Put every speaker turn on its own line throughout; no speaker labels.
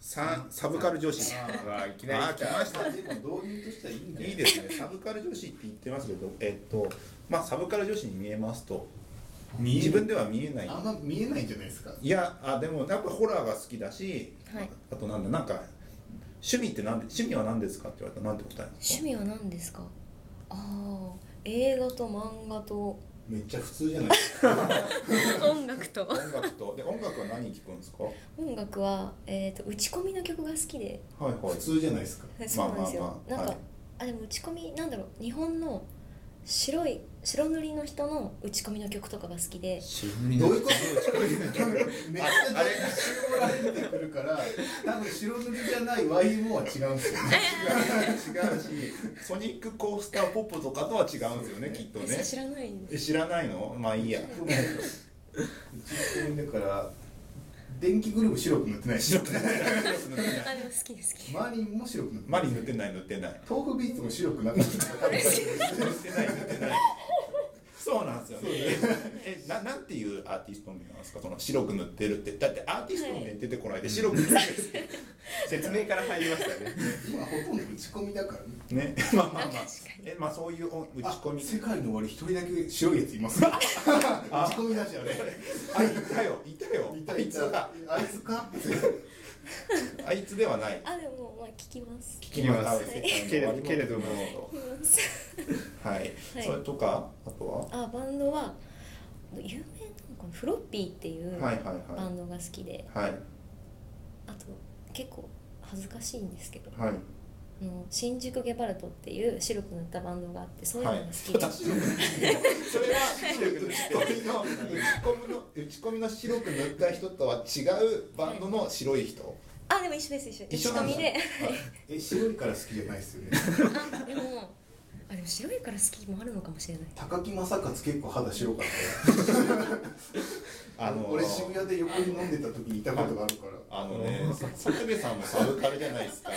ササブカル女子
わあいきなり
ああ
来
来
た
ました
でも導入としてはいいんだよ
いいですねサブカル女子って言ってますけどえっとまあサブカル女子に見えますと
見え
自分では見えない
あんま見えないんじゃないですか
いやあでもやっぱホラーが好きだし、
はい
あとなんだなんか趣味ってなんで趣味は何ですかって言われたらなんて答えるんです
趣
か
味は何ですかああ映画と漫画と
めっちゃ普通じゃないですか
音楽と
音楽とで音楽は何聞くんですかはい
音楽は、えー、と打ち込みの曲が好きで
はい
普通じゃないですか
そうなんですよ、
まあまあまあ
なん
は
か、
い
あでも打ち込みなんだろう日本の白い白塗りの人の打ち込みの曲とかが好きで
どういうことめっちゃ大事絞られてくるから多分白塗りじゃない YMO は違うんですよね
違うしソニックコースターポップとかとは違うんですよねきっと
え
ね
知らないんで
え知らないのまあいいや
うちの子だから電気グループ白く塗ってないし
あでも好きです好き
マリンも白く塗ってな
マ
い
リン塗ってない塗ってない
豆腐ビーツも白くなかったから
塗ってない塗ってないそうなんですよねえななんていうアーティスト名なんですかその白く塗ってるってだってアーティスト名出てこないで白く塗ってるって
説明から入りましたね
今ほとんど打ち込みだからね
ね まあまあまあ
確かに
えまあそういうお打ち込み
世界の終わり一人だけ白いやついますね打ち込みだしあれ
あいたよいたよあいつが
あいつか
あいつではない
あでもまあ聞きます
聞
きます
はい世界の終わり
けれども
聞きます
はい
はい
それとかあとは
あバンドは有名なのかなフロッピーっていう
はいはい
バンドが好きで、
はいはい
あと結構恥ずかしいんですけど
はい
あの新宿ゲバルトっていう白く塗ったバンドがあってそういうの
は
が
い
好き
そ
で
れは打ち込みの打ち込みの打ち込みの白く塗った人とは違うバンドの白い人
あでも一緒です一緒
一緒
打
な
ち
んだ
込みで
え白いから好きじゃないですよね
あ でもあでも白いから好きもあるのかもしれない
高木正勝結構肌白かった よ
あの
俺渋谷で横に飲んでた時にいたことがあるから
あのね、作部さんもサブカルじゃないですか。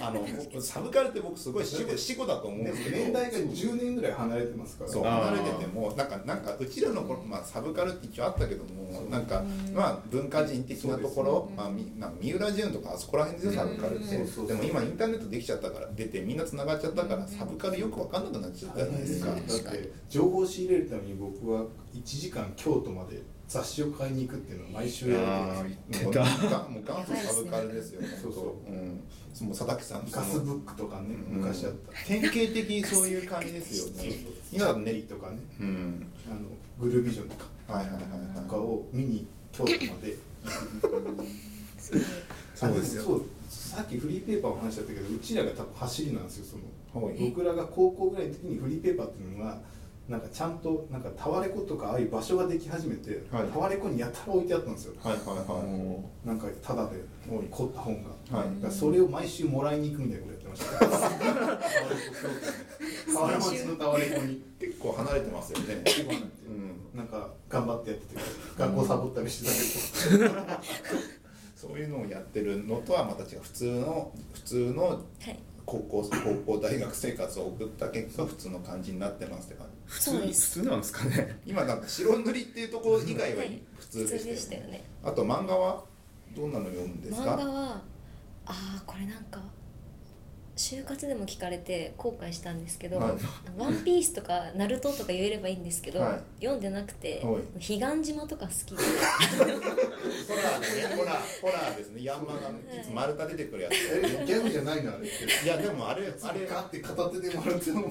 あの、僕サブカルって僕すごい死後、死後だと思うん
で
で
も
すけど。
年代が10年ぐらい離れてますから
そう
あー
離れててもなんかなんかうちらの頃、まあ、サブカルって一応あったけども
そう
なんか
うん
まあ文化人的なところ、
そうですね
まあ、みなんか三浦淳とかあそこら辺ですよサブカルって
うんそうそうそう
でも今インターネットできちゃったから出てみんな繋がっちゃったからサブカルよく分かんなくなっちゃったじゃないですか
だって情報を仕入れるために僕は1時間京都まで雑誌を買いに行くっていうのを毎週やってま
あ
す
言ってた
もう元祖サブカル ですよ
そうそ
うん、その佐竹さん
ガス
その
ブックとかね昔あった、
典型的そういう感じですよね今だと
ネ
ね
リとかね
うん
あのグルービジョンとか
はいはいはい
と
はい
かを見に京都まで
すごい
そうですよ
あそうさっきフリーペーパーの話だったけどうちらが多分走りなんですよその
はい
僕らが高校ぐらいの時にフリーペーパーっていうのがなんかちゃんとなんかタワレコとかああいう場所ができ始めて、
はい
タワレコにやたら置いてあったんですよ
はいは
なんかタダで
おい
凝った本が、
いはい
だからそれを毎週もらいに行くみたいなことやってました 河原町のタワレコに
結構離れてますよねうん
なんか頑張ってやってて学校サボったりしてたけど
そういうのをやってるのとはまた違う普通の普通の
はい
高校高校大学生活を送った結果普通の感じになってますって感じ
普
そうです
普通なんですか ね
今なんか白塗りっていうところ以外は普通で
普通で
し
したた
よ
よ
ね
ね
あと漫画はどんなの読むんです
漫画
か
はあーこれなんか就活でも聞かれて後悔したんですけど「
はい
ワンピースとか「ナルトとか言えればいいんですけど、
はい
読んでなくて
は
「彼岸島」とか好きで
ホラーですねホラーホラーですねヤンマガのいつ丸太出てくるやつ
えギャグじゃないのあれって
いやでもあれあ
あれ
れ
ガって片手でもらってたの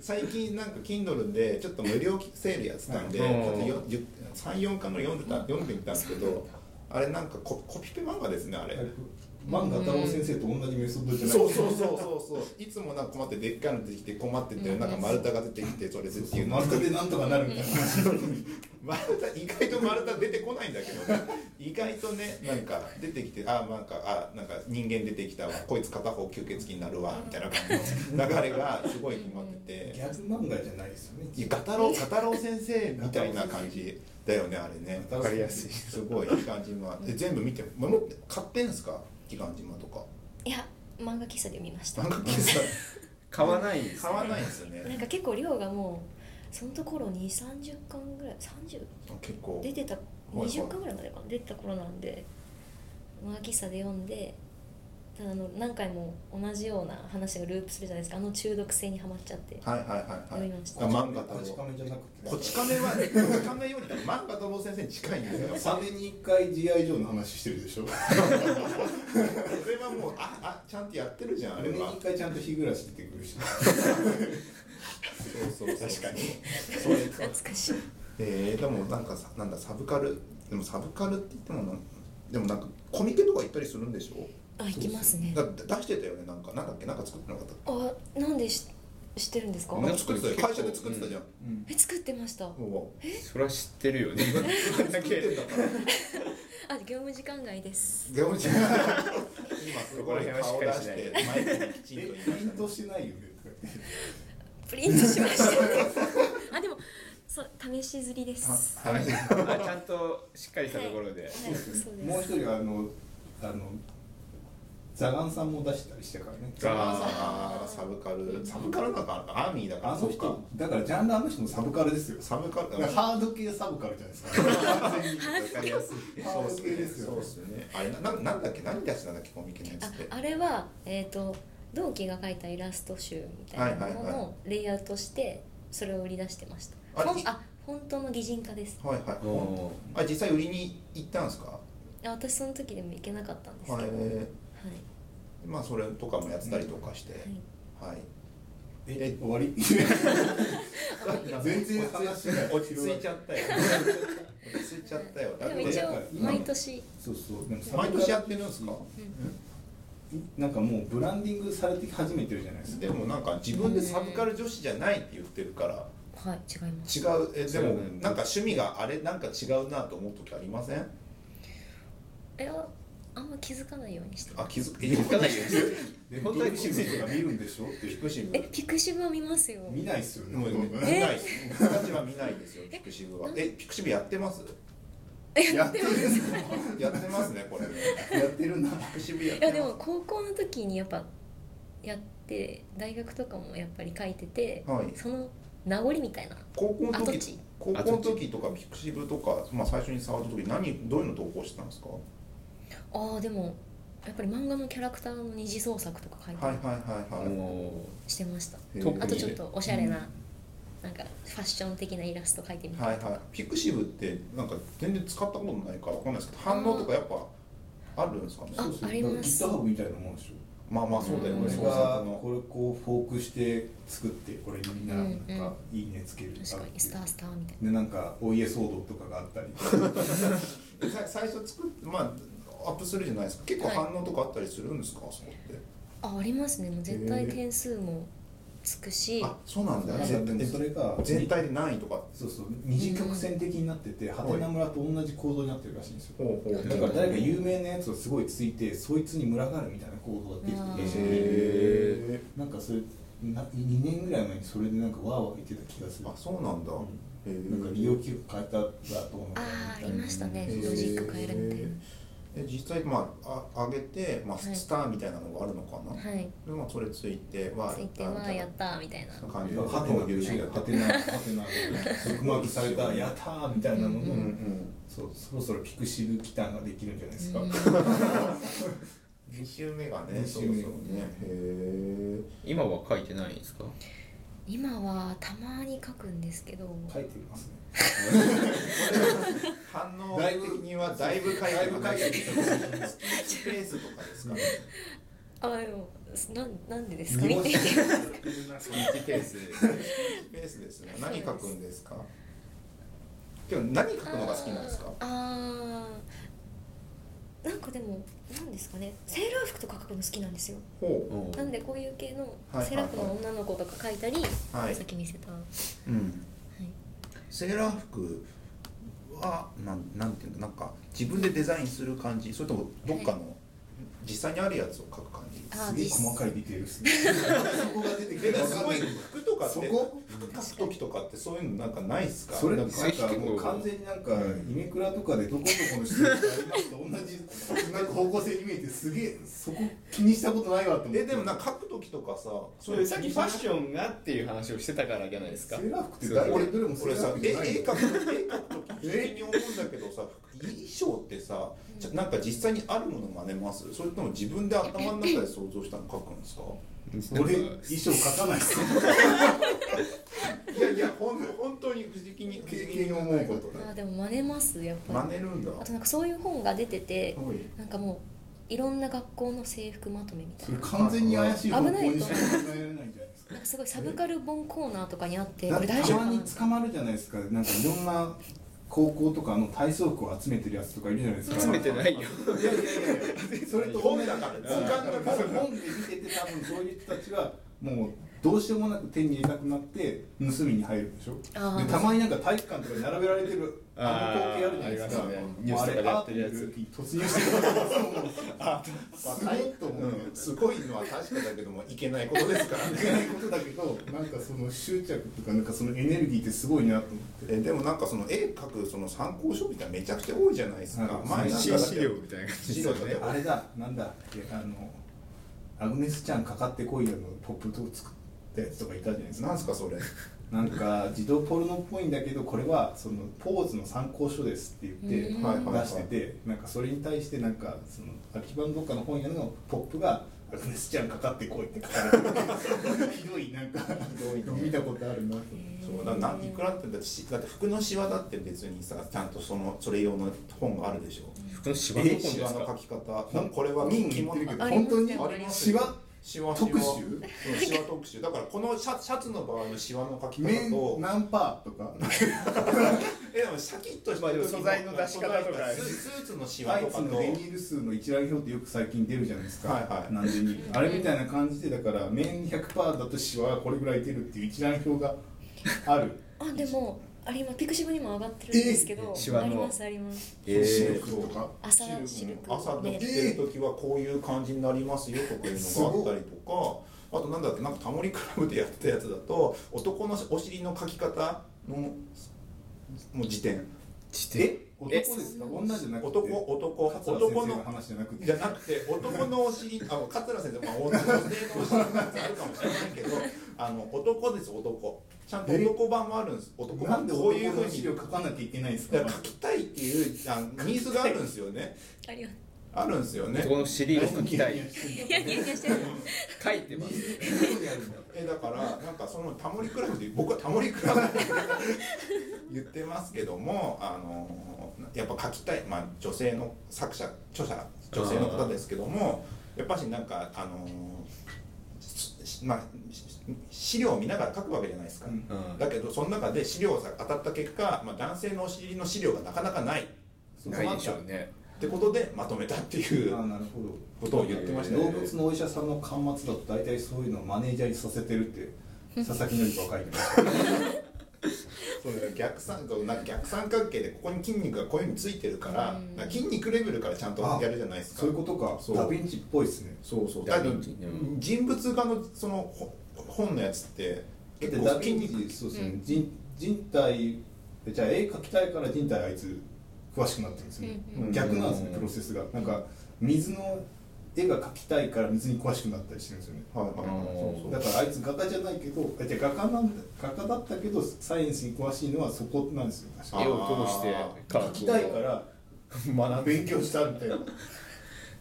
最近なんか Kindle でちょっと無料セールやってたんで、
はい
34巻ぐらい読んでた読んでみたんですけどあれなんかココピペ漫画ですねあれ、
漫画太郎先生と同じメソッドじゃない
そうそうそうそうそういつもなんか困ってでっかいの出てきて困ってて、
うん
なんか丸太が出てきてそれでっていうの
丸太でなんとかなるみたいな
丸太意外と丸太出てこないんだけど、ね、 意外とねなんか出てきてあなんかあなんか人間出てきたわこいつ片方吸血鬼になるわみたいな感じの流れがすごい決まってて
ギャグ漫画じゃないですよね
いやガタロウガタロウ先生みたいな感じだよねあれね
ガタロウ先生わかりやすい
すごいいい感じもあって全部見てももって買ってんすか期間島とか
いや漫画喫茶で見ました
なんか
な
気づか
買わないです
買わないんですよね
んか結構量がもうそのところ2 3 0巻ぐらい30
結構
出てた
いはい
20巻ぐらいまでかな出てた頃なんでマーキッサで読んでただあの何回も同じような話がループするじゃないですかあの中毒性にはまっちゃって
はいはいはいは
読
い
みました
あ漫画
こち
太郎
亀じゃなくて
こち亀はねこち亀より漫画太郎先生に近いんですよ
サメに一回 GI 上の話してるでしょ
それはもうああちゃんとやってるじゃんあ
あ
れ
れに
は
一回ちゃんと日暮らし出てくるし
そうそう確かにそうです
懐かしい
えー、でもなんかさなんだサブカルでもサブカルって言ってもなんでもなんかコミケとか行ったりするんでしょ
あ行きますね
だ出してたよねなんかなんだっけなんか作ってなかったっ
あなんでし知ってるんですか
けなんか作ってたよ会社で作ってたじゃん、
うん
え作ってました
もう
それは知ってるよねあんだ
作っ
け
てんだから
あ業務時間外です
でも違う 今すごい顔出してマイクにきちんと
え
言い
プ
ま
リ
し
ン
たね
トしてないよね
プリントしま したねあでもそう試し刷りです
あはい
あ ちゃんとしっかりしたところで、
はいそうです
もう一人はあのあのザガンさんも出したりしたからね
ザワさんあーサブカルサブカルなんかアーミーだから
あの
そうか
人だからジャンルあの人もサブカルですよ
サブ カル
だからハード系サブカルじゃないですか完全に
わかりやすい
そうっすね
ですよ
そうっすねあれなななんだっけ何出したんだっけコミケのやつって
ああれは、えー、と同期が描いたイラスト集みたいなも
はいはい
の
は
をレイアウトしてそれを売り出してました
あ
フォン
い
あ本当の擬人化です
はいはい
お
あ実際売りに行ったんですか
あ私その時でも行けなかったんですけど、
は
はいい
まあそれとかもやってたりとかして、はい
え終わり全然話が
落ち着いちゃったよ落ち着いちゃったよだっ
でも一
て
応毎年
そうそうでもサブカ
毎
ル
年やってるんですか、
なんかもうブランディングされて始めてるじゃないですか
でもなんか自分でサブカル女子じゃないって言ってるから
はい違います
違うえでも
違うね
なんか趣味があれなんか違うなと思う時ありません
いやあんま気づかないようにして
あ
ます
気づくえ気づかないよ
で
本当に
ピクシブとか見るんでしょって
ピクシブ
えピクシブは見ますよ
見ないっすよね
もう見ないです私は見ないですよピクシブはえピクシブやってます
やってる
やってますねこれピ
やってるな
クシブやっ
い
てま
や
す
でも高校の時にやっぱやって大学とかもやっぱり書いてて、
はい
その名残みたいな
高校の
跡
時
地
高校の時とかピクシブとか、まあ、最初に触った時何どういうの投稿してたんですかは
あーでもやっぱり漫画のキャラクターの二次創作とか書い
い
た
はい
り
はいはい
お
してました、
へー
特に
あとちょっとおしゃれな、なんかファッション的なイラスト書いてみた
はい
りとか、
はいピクシブってなんか全然使ったことないからわかんないですけど反応とかやっぱあるんですかね
あ
そうそう
あります
だから GitHub みたいなもんでしょ
まあまあそうだよ
こ
ね
れ
創作
が
の
これこうフォークして作ってこれにみんななんかいいねつけると
確かにスタースターみたいな
でなんかお家騒動とかがあったり
さ最初作ってまあアップするじゃないですか結構
はい
反応とかあったりするんですか、そこって
あありますねもう絶対点数もつくし
あそうなんだ
はい
ぜ
でもそれが
全体で何位とか
そうそう二次曲線的になっててハテナ村と同じ構造になってるらしいんですよ
ほうほう
だから誰か有名なやつをすごいついてそいつに群がるみたいな行動ができて
あ
る
ー
らしい
へー
なんかそれな2年ぐらい前にそれでなんかわーわー言ってた気がする
あそうなんだ、へー
なんか利用記録変えたらどうのか
あ
なみた
あーあ
い
り
な
ました
へ
ね
ー
ロジック変えるみたい
で実際まああ上げて、まあ、
はい
スターみたいなのがあるのかな、
なはい
でまあそれついてわあ
ついてはやったーみたいな
そんな感じで
ハ
ハ
テ
ト
ナ
を許しや
ハ
って
テナハテナ直巻きされたやったーみたいなの
うん
も、
うん
そうそろそろピクシブ期間ができるんじゃないですか、
うん
2週目がね
二
そ
週
うそう
目
ねへ
今は書いてないんですか
今はたまに書くんですけど
書いてますね
え反応
だい
的
ぶ
にはだいぶ書いてる
だいぶ書いて
スペースとかですかね
あでもなんなんでですかみたいな
1ペース
スペースですね何書くんですか今日何書くのが好きなんですか
あーなんかでもなんですかねセーラー服とか書くの好きなんですよ
ほう
なんでこういう系の
はい
セーラー服の女の子とか書いたり、
はい
さっき見せた、は
うん
い、
セーラー服はなんなんていうのなんか自分でデザインする感じそれともどっかの、実際にあるやつを描く感じ
あ
すげえ細かいディテールですねそこが出てく
え
る
だ
わ
から
か
すご
んない
い服とかって
そこ
描く時とかってそういうのなんかないっすか
それ
な
なんん
か
かもう完全になんかイメクラとかでどこどこの人にありますと同じなん全く方向性に見えてすげえそこ気にしたことないわと思って
えでもなんか書く時とかさ
それさっきファッシ
ン
ョンがっていう話をしてたからじゃないです
セ
か
ーラー服って大体どれもセ
俺
ーラー
さ
服
絵
じ
絵
ゃない
描く絵描く時不思議に思うんだけどさ衣装ってさじゃなんか実際にあるもの真似ますそれとも自分で頭の中で想像したの描くんですか
俺衣装描かないっす
いやいやほん本当に不思議に
経験に思うこと
あーでも真似ますやっぱ
真似るんだ
あとなんかそういう本が出てて
おい
なんかもういろんな学校の制服まとめみた
そ
い
れ
な
完全に怪しい方向
危ない
に
と
しか考えられないんじゃないですか
なんかすごいサブカル本コーナーとかにあって
だ
こ
って
れ大丈
た
夫か
ま
な
に捕まるじゃないですかなんかいろんな高校とかの体操服を集めてるやつとかいるじゃないですか
集めてないよ
いやいやいやそれと同じ
本だからね
図鑑だから本で見てて多分そういう人たちはもうどうしようもなく手に入れたくなって盗みに入るんでしょ
あー
でたまになんか体育館とかに並べられてるあの光景あるじゃないですか
あーありますね
もう
ニュースとかでやってるやつ
あれアートに突入してくるすごいと思う、
うん、すごいのは確かだけどもいけないことですから
い
ね
けないことだけどなんかその執着とかなんかそのエネルギーってすごいなと思って
えでもなんかその絵描くその参考書みたいなめちゃくちゃ多いじゃないですか、
はい
前なんかだって
新資料みたいな感じですよね
あれだなんだっけあのアグネスちゃんかかってこいよのポップと作ったやつとかいたじゃないですか
なんすかそれ
なんか自動ポルノっぽいんだけどこれはそのポーズの参考書ですって言って出
うん
しててなんかそれに対してなんかその秋葉のどっかの本屋のポップが「アグネスちゃんかかってこい」って書かれて てひどいなんか見たことあるなと思って
そうだ何いくらってだってしだって服のシワだって別にさちゃんとそのそれ用の本があるでしょ
服の芝
え
の本で
シ
す
ワの
か
描き方なんかこれは人気も
言ってるけど
あ
本当
あり
に
ます
シ
よ
ワ
シワ
特
シワ
集
うんシワ特集だからこのシャシャツの場合のシワの描き方
面
と
何パーとか
えでもシャキッとした
まあでも
時の
素材の出し方とか
ススーツのシワ
ア
と
イ
か
ツ
と
のデニール数の一覧表ってよく最近出るじゃないですか、
はいはい
何千人あれみたいな感じでだから面100%だとシワがこれぐらい出るっていう一覧表がある
あでもあれ今ピクシブにも上がってるんですけど
えシワの
ありますあります
シル
え
クとか
朝シルク
朝の
ね
着てる時はこういう感じになりますよとかいうのがあったりとかあとなんだっけなんかタモリクラブでやったやつだと男のお尻の描き方のもう辞典
え男
え
ですか女じゃなくて
男男
桂先
男
生の
の
話じゃなくて
じゃなくて男のお尻あ桂先生まあ女性のお尻のやつあるかもしれないけどあの男です男ちゃんと男版もあるんです男
な
版
んで
こう
男
いうふう
の
に
資
だ
料書かなきゃいけないんですか
から書きたいっていうあのニーズがあるんですよね
ありがと
あるんですよね
男の尻を描きたい
ういやいやいやしてる
書いてます
えだからなんかそのタモリクラブで僕はタモリクラブって言ってますけどもあのやっぱ書きたい、まあ、女性の作者著者女性の方ですけどもやっぱしなんかあのししまあし資料を見ながら書くわけじゃないですか、
うん
うん
だけどその中で資料をさ当たった結果、まあ、男性のお尻の資料がなかなかない
ないでしょうね
ってことでまとめたっていう
ああなるほど
ことを言ってました
動
ね
物のお医者さんの端末だと大体そういうのをマネージャーにさせて るって佐々木のり子は書いてました
そうだよ逆三角なんか逆三角形でここに筋肉がこういうふうについてるから、
うん
なんか筋肉レベルからちゃんとやるじゃないですか
そういうことか
そう
ダヴィンチっぽいですね
そうそう
ダ
だ
ヴ
けど
ィンチね
人物画のそのほ本のやつって
だって
結
ダ
構
ヴ
筋
ィン
肉
チそうですね、
うん
人人体じゃあ絵描きたいから人体あいつ詳しくなってるんですよね、
うんうん
逆なんですね
うん
プロセスがなんか水の絵が描きたいから水に詳しくなったりしてるんですよね
はいはい
うん
そうそう
だからあいつ画家じゃないけどあじゃあ画家なんだ画家だったけどサイエンスに詳しいのはそこなんですよ確か
絵を通して科学
描
を
きたいから
学
勉強したみたいな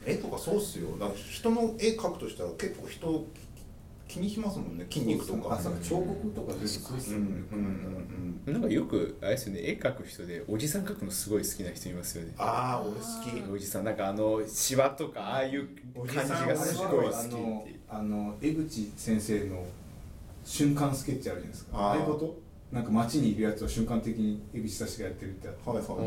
絵とかそうっすよだから人の絵描くとしたら結構人気にしますもんね筋肉とか
あそう彫刻とかでそうです
うんう
よ
ん
ね、
うんうん
なんかよくあれですよね絵描く人でおじさん描くのすごい好きな人いますよね
ああ俺好き
おじさんなんかあのシワとかああいう
おじさ
感
ん
じがすごい好き
あ
って
の
いう
あの江口先生の瞬間スケッチあるじゃないですか
あー
ああいうことなんか街にいるやつを瞬間的に江口さしがやってるってあって
はいは
お
くっ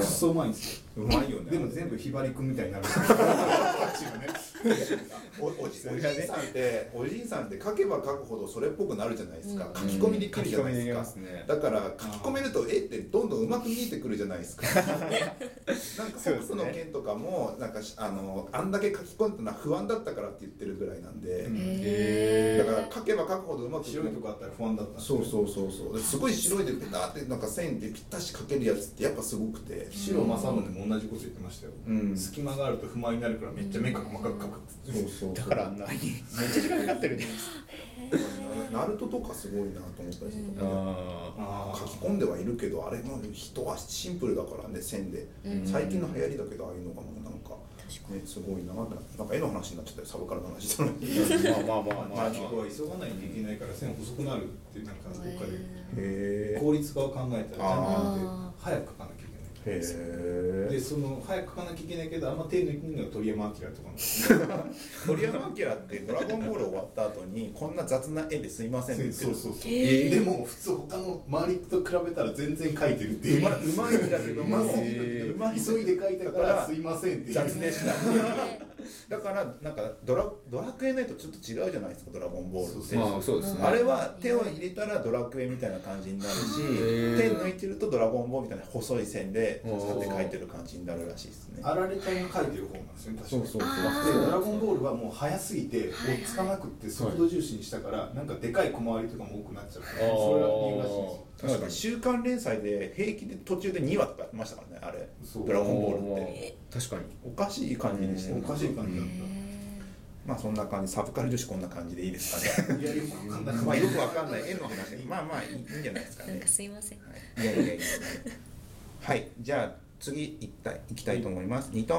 ー
そうまいんです
いうまいよ
よ
ね
でも全部ひばりくんみたいになるタッチがね
おおじおじいさんっておじいさんって書けば書くほどそれっぽくなるじゃないですか、書き込みできるじゃないですか、
書き込みできますね
だから書き込めると絵ってどんどん上手く見えてくるじゃないですかなんか
そう
北
ですね
斗の剣とかもなんかしあのあんだけ書き込んだのは不安だったからって言ってるぐらいなんで、
うん
だ
へ
から書けば書くほど上手く
白いとこあったら不安だった
そうそうそうそうですごい白いでペタってなんか線でぴったし書けるやつってやっぱすごくて
白正宗も同じこと言ってましたよ、
うん
隙間があると不満になるからめっちゃ目が細かく描くっつって
そうそう
だからあんなにめっちゃ時間かかってるね
ナルトとかすごいなと思ったりする
うん
とかね
ああ
あ
書き込んではいるけどあれの人はシンプルだからね線で、
うん
最近の流行りだけどああいうのがもうなんか、
確かに
ね、すごいななんか絵の話になっちゃったよサブカルの話したのにへ
まあまあまあま
ま
あ
あ軸は急がないといけないから線細くなるってなんかどっかで
え
効率化を考えたらちゃん
あ
と早く描かなきゃいけない
へ
で
え
その早く書かなきゃいけないけどあんま手抜くのが鳥山明とかなんです
鳥山明って「ドラゴンボール」終わった後にこんな雑な絵ですいませんって言ってる
そうそう
へー
でも普通他の周りと比べたら全然書いてるっていう
まうまいんだけど
う
も
ま
う
すぎ
う
る
まい
急いで書いたからすいませんっていう
雑でした
ー
だからなんかドラ「ドラクエ9」とちょっと違うじゃないですか「ドラゴンボール」って。
まあそうですね
あれは手を入れたらドラクエみたいな感じになるし
ー
手抜いてるとドラゴンボールみたいな細い線で
おー
立て書いてる感じになるらしいですね
あられちゃんが書いてる方なんですね確かに
う
あ
でドラゴンボールはもう早すぎて
はい
追っつかなくって速度重視にしたからなんかでかい小回りとかも多くなっちゃうからそれが理由らしいんですよ
確かに週刊連載で平気で途中で2話とかやってましたからねあれ
そう
ドラゴンボールって
て確かに
おかしい感じにしてる
おかしい感じだっ
まあそんな感じサブカル女子こんな感じでいいですか
た
ね
いやよくわかんな い
まあよくわかんない絵の話まあまあいいいいんじゃないですか
な
ね
んかすいません
はいいやいやいやいやはいじゃあ次いったいきたいと思います、二投